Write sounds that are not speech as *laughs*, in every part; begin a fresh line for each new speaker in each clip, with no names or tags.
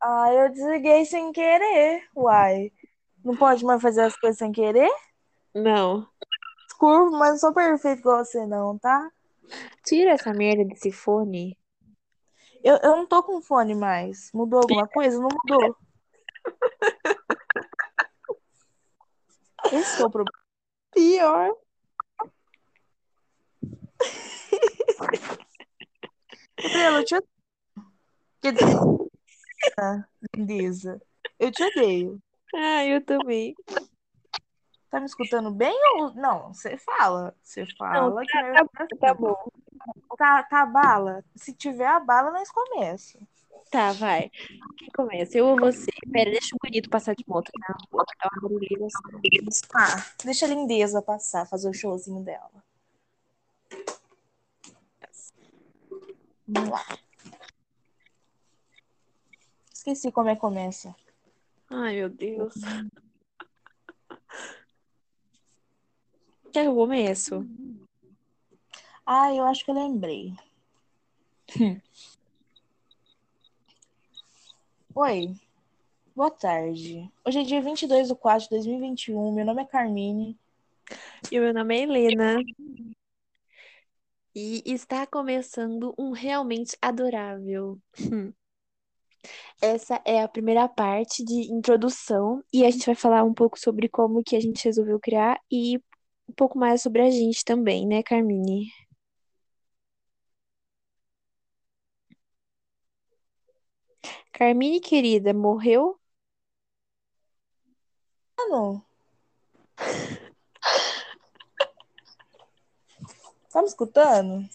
Ah, eu desliguei sem querer. Uai. Não pode mais fazer as coisas sem querer?
*laughs* Não.
Desculpa, mas não sou perfeito igual você, não, tá?
Tira essa merda desse fone.
Eu, eu não tô com fone mais. Mudou alguma coisa? Não mudou. Esse que é o problema.
Pior.
Gabriela, eu te odeio. Quer dizer, ah, lindeza. Eu te odeio.
Ah, eu também.
Tá me escutando bem ou. Não, você fala. Você fala
Não,
que
Tá, tá bom.
tá, tá a bala. Se tiver a bala, nós começa.
Tá, vai. Quem começa? Eu ou você? Pera, deixa o bonito passar de moto. Tá, tá uma barulheira assim.
Ah, deixa a lindeza passar, fazer o showzinho dela. Vamos lá. Esqueci como é que começa.
Ai, meu Deus. Quer que eu começo?
Ah, eu acho que eu lembrei. Hum. Oi, boa tarde. Hoje é dia 22 de 4 de 2021. Meu nome é Carmine.
E o meu nome é Helena. E está começando um realmente adorável. Hum. Essa é a primeira parte de introdução e a gente vai falar um pouco sobre como que a gente resolveu criar e um pouco mais sobre a gente também, né, Carmine? Carmine, querida, morreu?
Ah, não. Tá me escutando?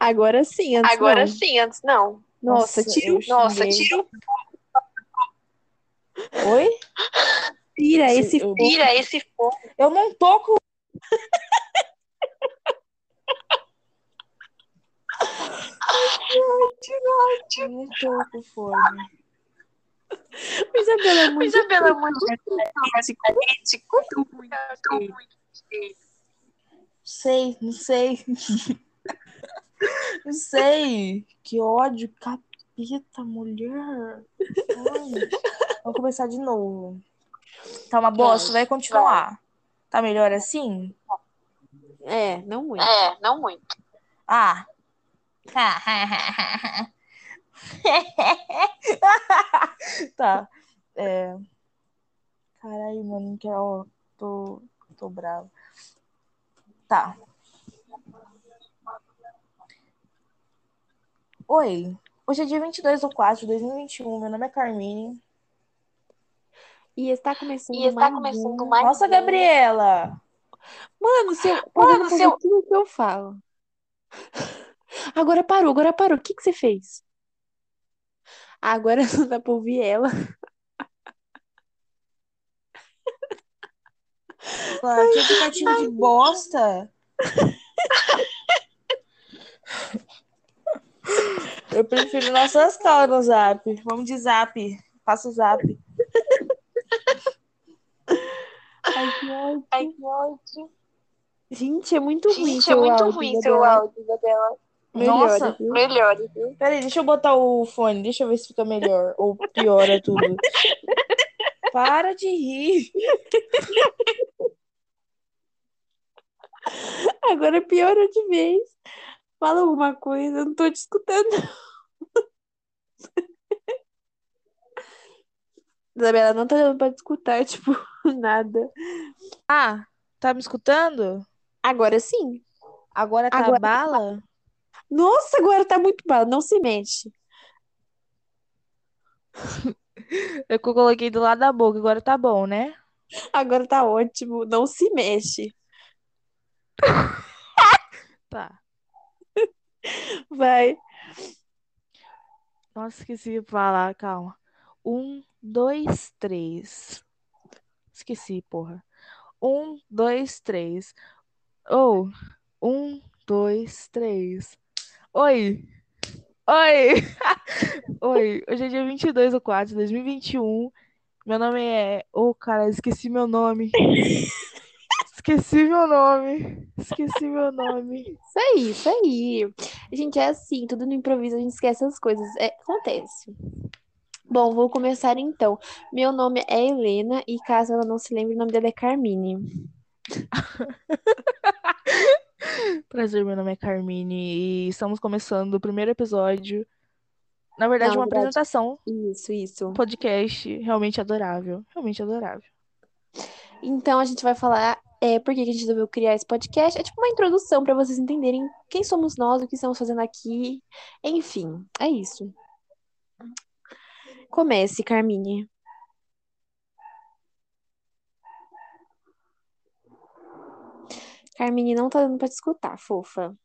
Agora sim, antes
Agora
não.
sim, antes não.
Nossa,
Nossa,
tira,
eu
Nossa,
xinguei.
tira, o-
Oi?
tira esse
eu-
fone.
né?
tira esse fone.
Eu não tô com. Eu não tô com fone.
Isabela, é muito
Isabela, muito crítico.
Sei, não sei. Não sei. Que ódio, capeta, mulher. Ai, Vamos começar de novo. Tá uma bosta, vai continuar. Tá melhor assim?
É, não muito.
É, não muito.
Ah. *laughs* tá. É... Caralho, mano, que é, ó, tô, tô brava. Tá. Oi, hoje é dia 22 do 4 de 2021, meu nome é Carmine.
E está começando
E
tá
está
mais
começando
um.
mais.
Nossa, Gabriela!
Mano, seu,
Mano,
fazer
seu-
tudo que eu falo. *laughs* Agora parou, agora parou. O que que você fez? Agora *laughs* não dá pra ouvir ela.
Mano, que aplicativo de bosta! Eu prefiro nossas calls no zap. Vamos de zap. Passa o zap.
Ai, que ódio.
Ai, que ódio.
Gente, é muito ruim.
Gente, é
seu
muito
áudio,
ruim
Gabriela.
seu áudio, Isabela.
Melhore,
Nossa.
viu?
Melhore, viu?
Peraí, deixa eu botar o fone, deixa eu ver se fica melhor ou piora tudo. Para de rir.
Agora piorou de vez. Fala alguma coisa, eu não tô te escutando. *laughs* Isabela, não tá dando pra te escutar, *laughs* tipo, nada.
Ah, tá me escutando?
Agora sim.
Agora tá
Agora-
bala?
Nossa, agora tá muito bala, não se mexe.
É que eu coloquei do lado da boca, agora tá bom, né?
Agora tá ótimo, não se mexe.
Tá.
Vai.
Nossa, esqueci de falar, calma. Um, dois, três. Esqueci, porra. Um, dois, três. Ou, um, dois, três. Oi! Oi! *laughs* Oi! Hoje é dia 22 do 4 de 2021. Meu nome é. Ô, cara, esqueci meu nome. Esqueci meu nome. Esqueci meu nome.
Isso aí, isso aí. Gente, é assim, tudo no improviso, a gente esquece as coisas. É, acontece. Bom, vou começar então. Meu nome é Helena e caso ela não se lembre, o nome dela é Carmine.
Prazer, meu nome é Carmine e estamos começando o primeiro episódio. Na verdade,
Na
uma
verdade-
apresentação. um
Isso, isso.
Podcast realmente adorável. Realmente adorável.
Então a gente vai falar é, por que que a gente resolveu criar esse podcast. É tipo uma introdução para vocês entenderem quem somos nós, o que estamos fazendo aqui. Enfim, é isso. Comece, Carmine. Carmine, não tá dando pra te escutar, fofa.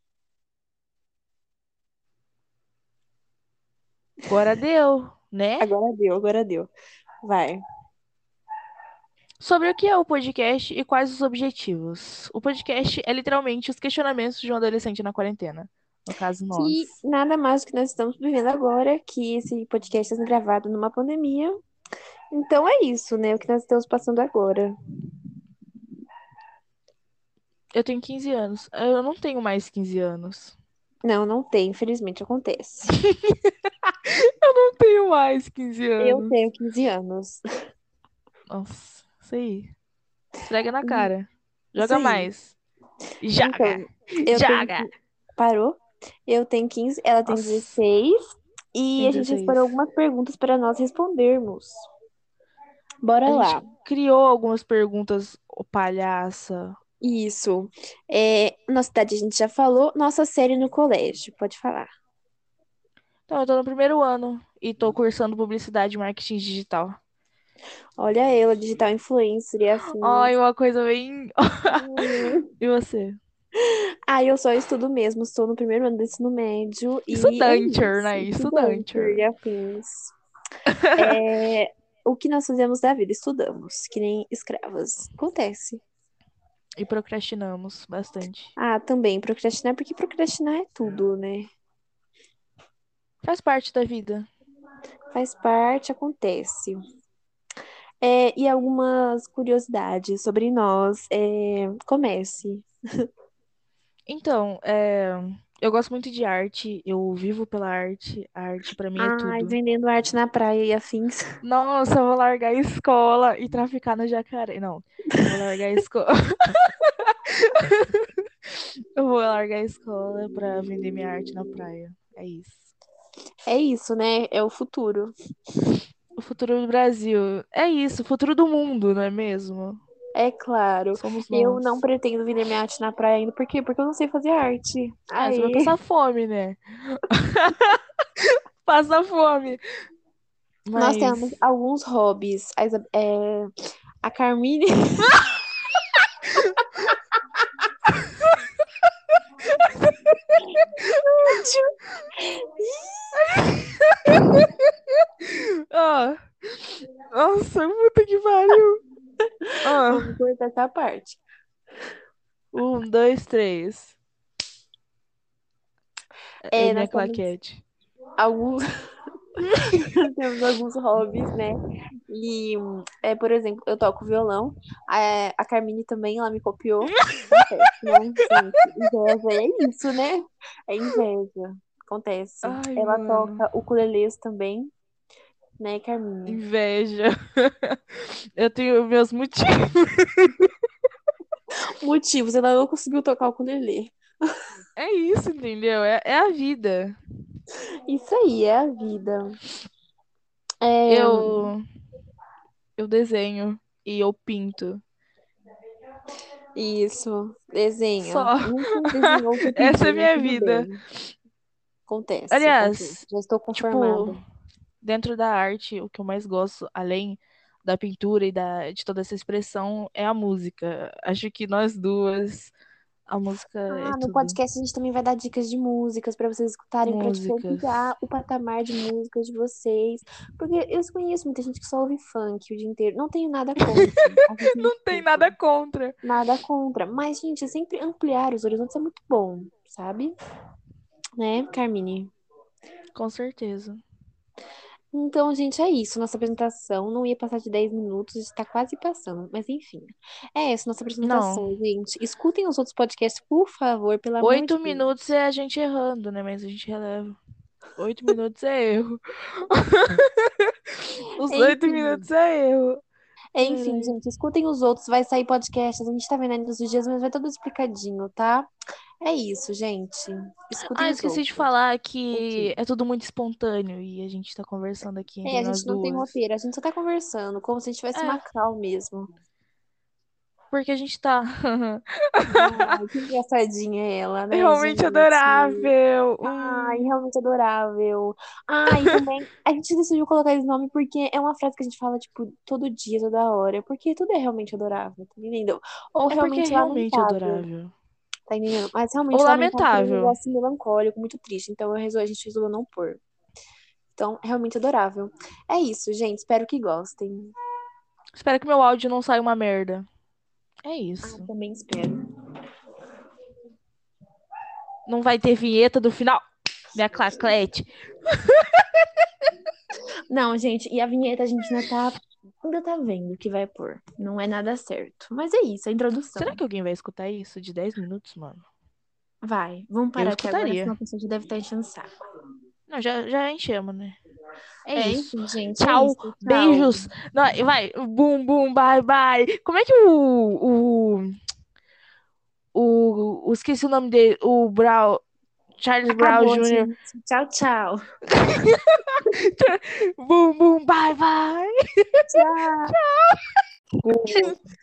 Agora deu, né?
Agora deu, agora deu. Vai.
Sobre o que é o podcast e quais os objetivos. O podcast é literalmente os questionamentos de um adolescente na quarentena. No caso, nós.
E nada mais do que nós estamos vivendo agora, que esse podcast está sendo gravado numa pandemia. Então é isso, né? O que nós estamos passando agora.
Eu tenho 15 anos. Eu não tenho mais 15 anos.
Não, não tem, infelizmente
*laughs*
acontece.
Não tenho mais 15
Eu
anos.
tenho 15 anos.
Nossa, isso aí. Esfrega na
Hum,
cara.
isso
Joga
aí.
mais. Joga.
Então, eu
Joga.
tenho- Parou? Eu tenho 15, ela tem
Nossa.
16. E
Tem
a gente
16.
separou algumas perguntas para nós respondermos. Bora
A
lá.
gente criou algumas perguntas, ô palhaça.
Isso. É, nossa idade a gente já falou. Nossa série no colégio, pode falar.
Então, eu tô no primeiro ano e tô cursando publicidade e marketing digital.
Olha ela, digital influencer e afins.
Ai, uma coisa bem. *laughs*
Hum.
E você?
Ah, eu só estudo mesmo. Estou no primeiro ano do ensino médio. E é
Estudante,
isso,
né?
Estudante
Estudante.
e
*laughs*
afins. É, o que nós fizemos da vida? Estudamos, que nem escravas. Acontece.
E procrastinamos bastante.
Ah, também procrastinar, porque procrastinar é tudo, né?
Faz parte da vida.
Faz parte, acontece. É, e algumas curiosidades sobre nós. É, comece.
Então, é, eu gosto muito de arte, eu vivo pela arte, a arte pra mim é
Ai,
tudo.
vendendo arte na praia e afins. *laughs*
Nossa, eu vou largar a escola e traficar no jacaré. Não, eu vou largar a escola. *laughs* Eu vou largar a escola pra vender minha arte na praia. É isso.
É isso, né? É o futuro.
O futuro do Brasil. É isso, o futuro do mundo, não é mesmo?
É claro.
Somos nós.
Eu não pretendo vender minha arte na praia ainda. Por quê? Porque eu não sei fazer arte.
Ah, você
Aí.
vai passar fome, né? *laughs* Passa fome.
Nós
Mas
temos alguns hobbies. A, Isa- é, a Carmine.
*laughs* Ah. Nossa, puta que pariu. Ah.
Vamos cortar essa parte.
Um, dois, três.
É,
É, minha
nós temos-
claquete.
Alguns. *laughs* Nós temos alguns hobbies, né? E, hum, é, por exemplo, eu toco violão. A, a Carmine também, ela me
*laughs*
copiou. Acontece, né? Gente, inveja é isso, né? É inveja. Acontece.
Ai,
ela
mano.
toca ukuleles também. Né, Carmine?
Inveja. *laughs* Eu tenho meus motivos.
Motivos, ela não conseguiu tocar o ukulele.
É isso, entendeu? É, é a vida.
Isso aí, é a vida. É,
Eu eu desenho e eu pinto.
Isso, desenha.
Só.
Nunca
*laughs*
desenhou o que
Essa
pediu,
é minha
tudo
vida.
bem. Acontece.
Aliás,
acontece. já estou conformada.
Tipo, dentro da arte, o que eu mais gosto, além da pintura e da, de toda essa expressão, é a música. Acho que nós duas, a música é
Ah, no
tudo.
podcast a gente também vai dar dicas de músicas para vocês escutarem, para tipo,
Músicas.
ligar o patamar de músicas de vocês. Porque eu conheço muita gente que só ouve funk o dia inteiro. Não tenho nada
*laughs*
contra. A gente
Não tem
escuta,
nada contra.
Nada contra. Mas, gente, sempre ampliar os horizontes é muito bom, sabe? Né, Carmine?
Com certeza.
Então, gente, é isso. Nossa apresentação não ia passar de 10 minutos, está quase passando, mas enfim. É isso, nossa apresentação, gente. Escutem os outros podcasts, por favor, pelo amor de
Oito
Deus.
minutos é a gente errando, né? Mas a gente releva. Oito minutos é *laughs* erro. Os oito
Enfim.
minutos é erro.
Enfim,
Ai.
gente, escutem os outros, vai sair podcast, a gente tá vendo ainda os dias, mas vai tudo explicadinho, tá? É isso, gente. Escutem
Ah, eu
os
esqueci de
outros.
falar que é tudo muito espontâneo e a gente tá conversando aqui entre
É, a
nós
gente não tem
duas.
roteiro, a gente só tá conversando, como se a gente tivesse
É.
Macau mesmo.
Porque a gente tá *laughs*
Ai, que engraçadinha ela, né,
realmente
gente?
adorável. Hum.
Ai, realmente adorável. Ai, também, a gente decidiu colocar esse nome porque é uma frase que a gente fala, tipo, todo dia, toda hora, porque tudo é realmente adorável, tá entendendo? Ou
É porque é
realmente
realmente
lamentável.
adorável.
Tá entendendo? Mas realmente
Ou
é um
lamentável.
negócio melancólico, muito triste. Então eu resol- a gente resolveu não pôr. Então, realmente adorável. É isso, gente. Espero que gostem.
Espero que meu áudio não saia uma merda. É
Ah,
isso.
também espero.
Não vai ter vinheta do final. Minha claclete.
Não, gente, e a vinheta a gente ainda tá, ainda tá vendo o que vai pôr. Não é nada certo. Mas é isso, a introdução.
Será que alguém vai escutar isso de 10 minutos, mano?
Vai, vamos parar aqui agora,
escutaria.
senão a pessoa já deve estar enchendo o saco.
Não, já, já enchemos, né? É, isso.
enfim, gente. é
Tchau,
isso, tchau.
Beijos. Não, vai. Bum, bum, bye, bye. Como é que o. O. o, o- esqueci o nome dele. O Brown. Charles
Acabou,
Brown Jr.
gente. Tchau, tchau.
Bum, bum, bye, bye. *laughs*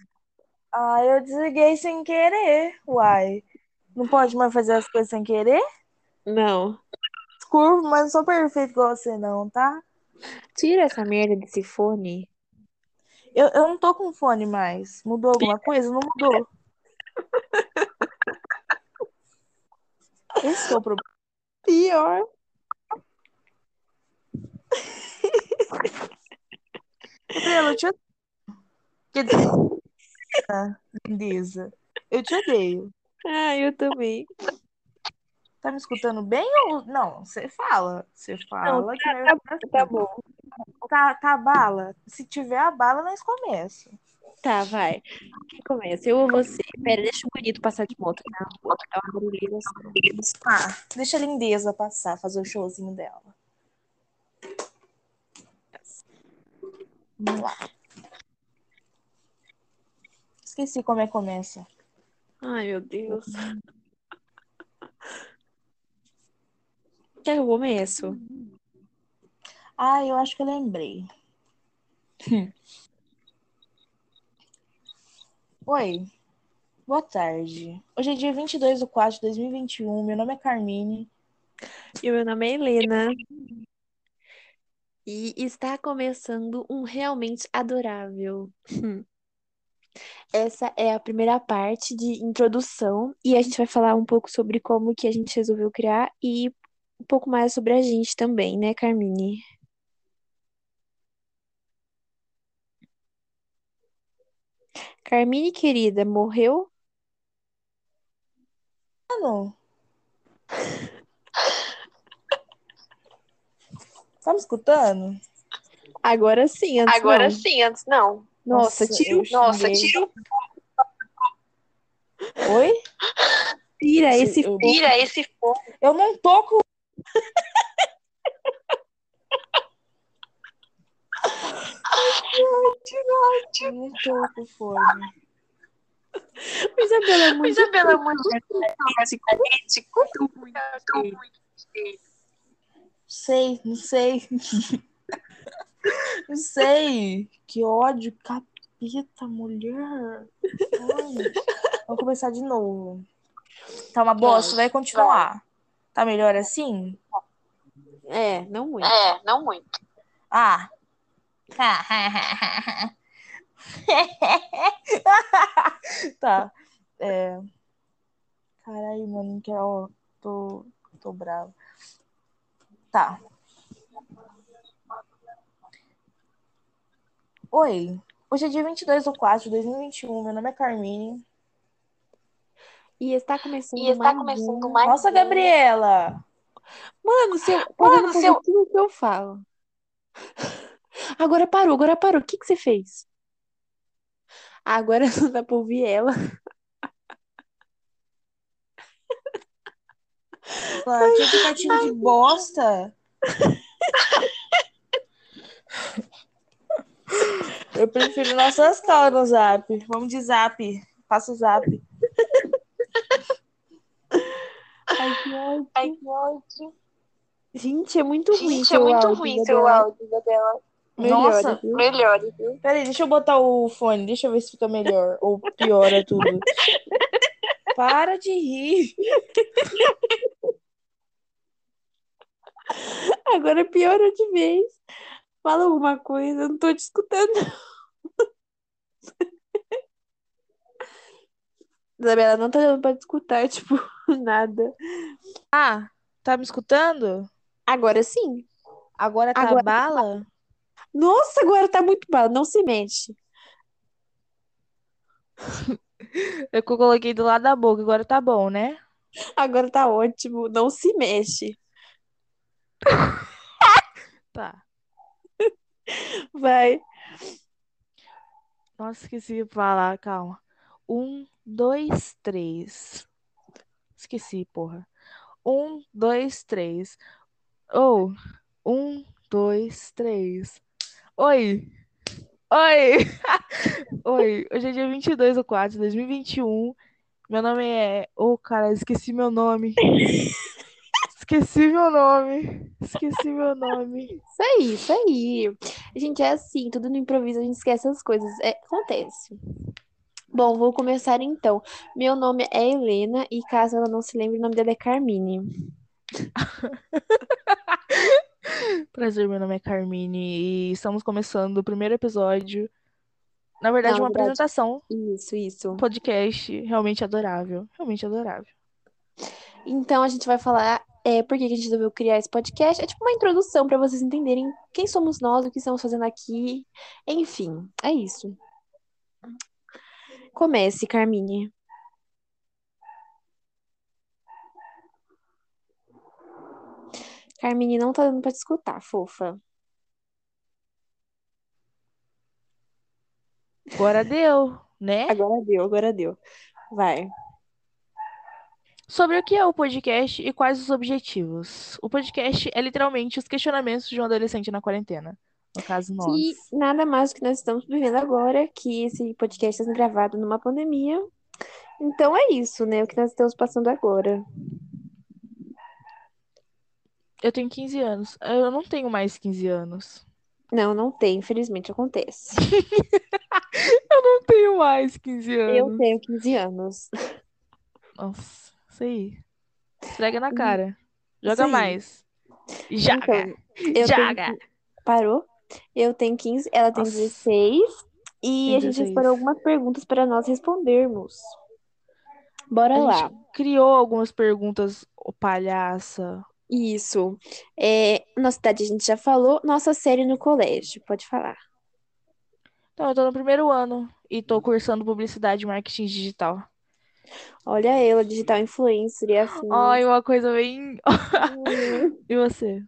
Ah, eu desliguei sem querer. Uai. Não pode mais fazer as coisas sem querer?
Não.
Desculpa, mas não sou perfeito igual você, não, tá?
Tira essa merda desse fone.
Eu, eu não tô com fone mais. Mudou alguma coisa? Não mudou. Esse que é o problema.
Pior.
Gabriela, eu te odeio. Quer dizer, ah, lindeza. Eu te odeio.
Ah, eu também.
Tá me escutando bem ou. Não, você fala. Você fala
Não,
que não é
tá- Tá bom.
Tá, tá a bala? Se tiver a bala, nós começa.
Tá, vai. Quem começa? Eu ou você? Pera, deixa o bonito passar de moto aqui na rua. É uma barulheira assim.
Ah, deixa a lindeza passar, fazer o showzinho dela. Vamos lá. Esqueci como é que começa.
Ai, meu Deus. Quer que eu começo?
Ah, eu acho que eu lembrei. *laughs* Oi, boa tarde. Hoje é dia 22 de 4 de 2021. Meu nome é Carmine.
E o meu nome é Helena. E está começando um realmente adorável. Hum. Essa é a primeira parte de introdução e a gente vai falar um pouco sobre como que a gente resolveu criar e um pouco mais sobre a gente também, né, Carmine? Carmine, querida, morreu?
Mano. Tá me escutando?
Agora sim, antes
Agora
não.
sim, antes não.
Nossa,
Nossa,
tira, o-
eu
Nossa,
xinguei.
tira, o-
Oi?
tira
Sim,
esse
eu-
tira esse fogo.
Eu não tô com. Eu não tô com fone.
Isabela, é muito
Isabela, é muito diferente.
Sei, não sei. Não sei. Que ódio, capeta, mulher. Ai. Vamos começar de novo. Tá uma bosta, vai continuar. Tá melhor assim?
É, não muito.
É, não muito.
Ah. *laughs* tá. É... Caralho, mano, que é, ó, tô, tô brava. Tá. Oi, hoje é dia 22 de 4 de 2021, meu nome é Carmine.
E está começando
E está
mais
começando
um.
mais.
Nossa, Gabriela!
Mano, seu,
Mano,
podemos fazer
seu-
tudo que eu falo. *laughs* Agora parou, agora parou. O que que você fez? Agora *laughs* não dá pra ouvir ela.
Mano, que aplicativo de bosta. Eu prefiro nossas calls no zap. Vamos de zap. Passa o zap.
Ai, que ódio.
Ai, que ódio.
Gente, é muito ruim
Gente, é
seu
muito
áudio, né,
ruim
Gabriela.
seu áudio, Gabriela.
Melhora,
Nossa.
viu?
Melhore, viu?
Peraí, deixa eu botar o fone. Deixa eu ver se fica melhor ou piora
*laughs*
tudo. Para de rir.
Agora piorou de vez. Fala alguma coisa, eu não tô te escutando. *laughs* Isabela não tá dando pra te escutar, *laughs* tipo, nada.
Ah, tá me escutando?
Agora sim.
Agora tá
Agora tá
bala?
Nossa, agora tá muito bala, não se mexe.
Eu co- coloquei do lado da boca, agora tá bom, né?
Agora tá ótimo, não se mexe.
Tá.
Vai.
Nossa, esqueci de falar, calma. Um, dois, três. Esqueci, porra. Um, dois, três. Ou, um, dois, três. Oi! Oi! *laughs* Oi! Hoje é dia 22 do 4 de 2021. Meu nome é. Ô, cara, esqueci meu nome. Esqueci meu nome. Esqueci meu nome.
Isso aí, isso aí. Gente, é assim, tudo no improviso, a gente esquece as coisas. É, acontece. Bom, vou começar então. Meu nome é Helena e caso ela não se lembre, o nome dela é Carmine.
Prazer, meu nome é Carmine e estamos começando o primeiro episódio. Na verdade,
Não,
uma
na verdade-
apresentação.
Isso, isso.
Um podcast realmente adorável. Realmente adorável.
Então a gente vai falar é, por que que a gente resolveu criar esse podcast. É tipo uma introdução pra vocês entenderem quem somos nós, o que estamos fazendo aqui. Enfim, é isso. Comece, Carmine. Carmine não tá dando pra te escutar, fofa.
Agora deu, né?
Agora deu, agora deu. Vai.
Sobre o que é o podcast e quais os objetivos. O podcast é literalmente os questionamentos de um adolescente na quarentena. No caso, nós.
E nada mais do que nós estamos vivendo agora, que esse podcast está sendo gravado numa pandemia. Então é isso, né? O que nós estamos passando agora.
Eu tenho 15 anos. Eu não tenho mais 15 anos.
Não, não tem, infelizmente acontece.
Não tenho mais 15 anos.
Eu tenho 15 anos.
Nossa, isso aí. Esfrega na
Hum,
cara.
isso
Joga
aí. Então,
mais. Joga.
eu
Joga.
tenho- Parou? Eu tenho 15, ela tem
Nossa.
16. E
Tem
a gente
16.
separou algumas perguntas para nós respondermos. Bora
A
lá.
gente criou algumas perguntas, ô palhaça.
Isso. É, nossa idade a gente já falou. Nossa série no colégio. Pode falar.
Então, eu tô no primeiro ano e tô cursando publicidade e marketing digital.
Olha ela, digital influencer e assim.
Ai, uma coisa bem. *laughs*
Hum.
E você?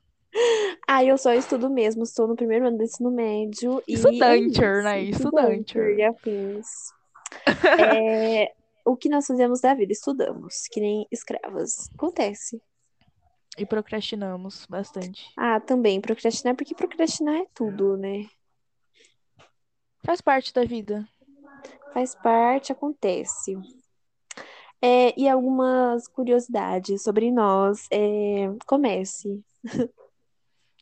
Ah, eu só estudo mesmo. Estou no primeiro ano do ensino médio. E é
Estudante,
isso,
né?
Estudante.
Estudante.
E afins.
*laughs*
É, o que nós fizemos da vida? Estudamos, que nem escravas. Acontece.
E procrastinamos bastante.
Ah, também procrastinar, porque procrastinar é tudo, né?
Faz parte da vida.
Faz parte, acontece. É, e algumas curiosidades sobre nós. É, comece.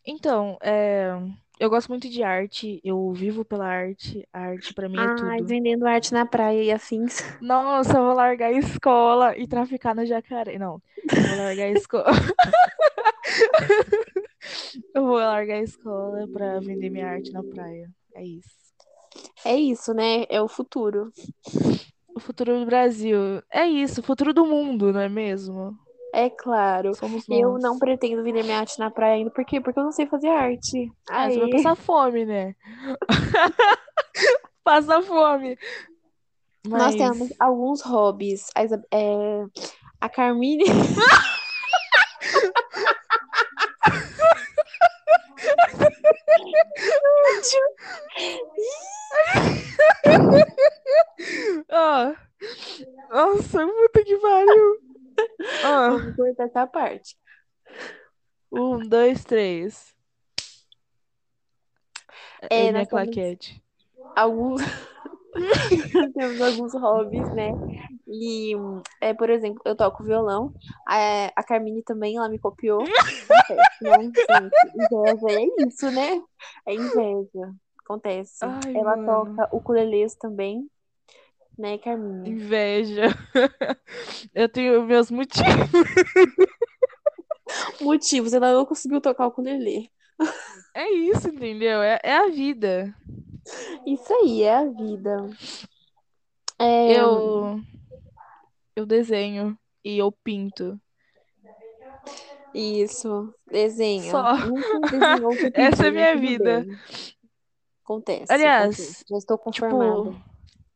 Então, é, eu gosto muito de arte, eu vivo pela arte, a arte pra mim é
Ai,
tudo.
vendendo arte na praia e afins. *laughs*
Nossa, eu vou largar a escola e traficar no jacaré. Não, eu vou largar a escola. *laughs* Eu vou largar a escola pra vender minha arte na praia. É isso.
É isso, né? É o futuro.
O futuro do Brasil. É isso, o futuro do mundo, não é mesmo?
É claro.
Somos nós.
Eu não pretendo vender minha arte na praia ainda. Por quê? Porque eu não sei fazer arte.
Ah, você vai
Aê.
passar fome, né? *laughs* Passa fome.
Nós
Mas
temos alguns hobbies. A, Isa- é, a Carmine. *laughs* *laughs* essa parte.
Um, dois, três.
É,
Ele é
nós temos-
claquete.
Alguns. *laughs* Temos alguns hobbies, né? E, hum, é, por exemplo, eu toco violão. A, a Carmine também, ela me
*laughs*
copiou. Acontece, né, gente? Inveja é isso, né? É inveja. Acontece.
Ai,
ela
mano.
toca ukuleles também. Né, Carmine?
Inveja. *laughs* Eu tenho meus motivos.
Motivos, ela não conseguiu tocar o ukulele.
É isso, entendeu? É, é a vida.
Isso aí, é a vida. É,
Eu. Eu desenho e eu pinto.
Isso, desenho.
Só.
Nunca desenhou
*laughs*
o que
Essa é
pediu,
minha
tudo
vida.
bem. Acontece.
Aliás,
acontece. já estou conformada.
Tipo,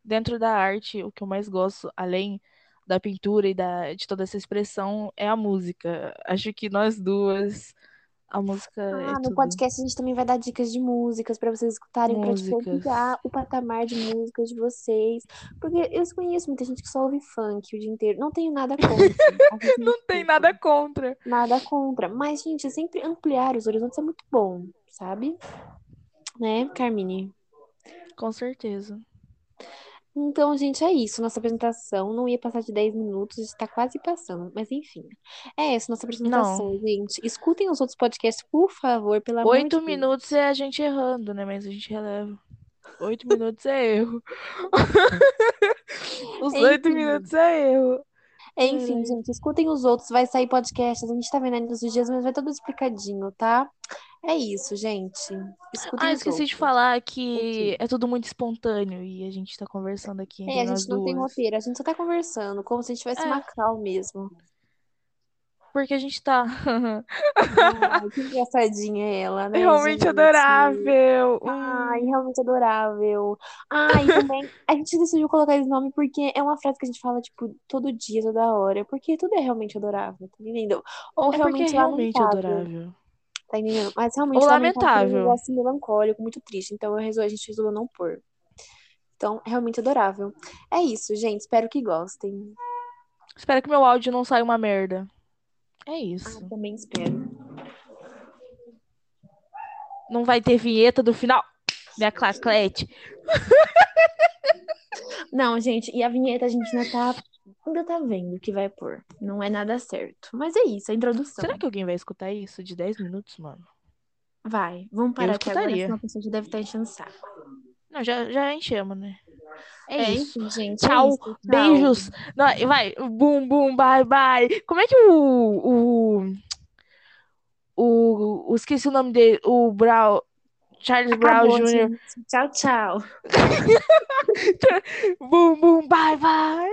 dentro da arte, o que eu mais gosto, além da pintura e da, de toda essa expressão, é a música. Acho que nós duas, a música é
ah, no
tudo.
podcast a gente também vai dar dicas de músicas para vocês escutarem, para
Músicas.
divulgar o patamar de músicas de vocês. Porque eu conheço muita gente que só ouve funk o dia inteiro. Não tenho nada
*laughs*
contra. A gente
Não tem nada contra.
Nada contra. Mas, gente, sempre ampliar os horizontes é muito bom, sabe? Né, Carmine?
Com certeza.
Então, gente, é isso. Nossa apresentação não ia passar de 10 minutos, está quase passando. Mas, enfim. É essa nossa apresentação, gente. Escutem os outros podcasts, por favor, pelo amor
Oito
de Deus.
minutos é a gente errando, né? Mas a gente releva. Oito minutos é
*laughs*
erro. Os
Enfim.
oito minutos é erro.
Enfim, gente, escutem os outros. Vai sair podcast. A gente tá vendo ainda os dias, mas vai todo explicadinho, tá? É isso, gente. Escutem
Ah,
os
esqueci de
outros.
falar que é tudo muito espontâneo e a gente tá conversando aqui entre
É, a
nós
gente não tem
duas.
roteiro, a gente só tá conversando, como se a gente tivesse
É.
uma cal mesmo.
Porque a
*laughs*
gente tá.
Ai, que engraçadinha ela, né?
É Realmente
gente?
adorável. Hum.
Ai, realmente adorável.
*laughs*
Ai, também a gente decidiu colocar esse nome porque é uma frase que a gente fala, tipo, todo dia, toda hora. Porque tudo é realmente adorável, tá entendendo? Ou
É porque é
realmente
realmente
lamentável,
adorável.
tá entendendo? Mas realmente lamentável
Ou
é um
lamentável.
negócio melancólico, muito triste. Então eu resol- a gente resolveu não pôr. Então, realmente adorável. É isso, gente. Espero que gostem.
Espero que meu áudio não saia uma merda. É
Ah,
isso.
também espero. Ah.
Não vai ter vinheta do final. Minha claclete.
Tá Não, gente, e a vinheta a gente ainda tá, ainda tá vendo o que vai pôr. Não é nada certo. Mas é isso, a introdução.
Será que alguém vai escutar isso de 10 minutos, mano?
Vai, vamos parar aqui agora,
escutaria.
senão a pessoa já deve estar enchendo o saco.
Não, já, já enchemos, né? É,
É
isso.
isso, gente.
Tchau,
é isso, tchau.
Beijos. Não, vai. Bum, bum, bye, bye. Como é que o. O. O. o esqueci o nome dele. O Brown. Charles
Acabou,
Brown Jr.
gente. Tchau, tchau.
Bum, bum, bye, bye.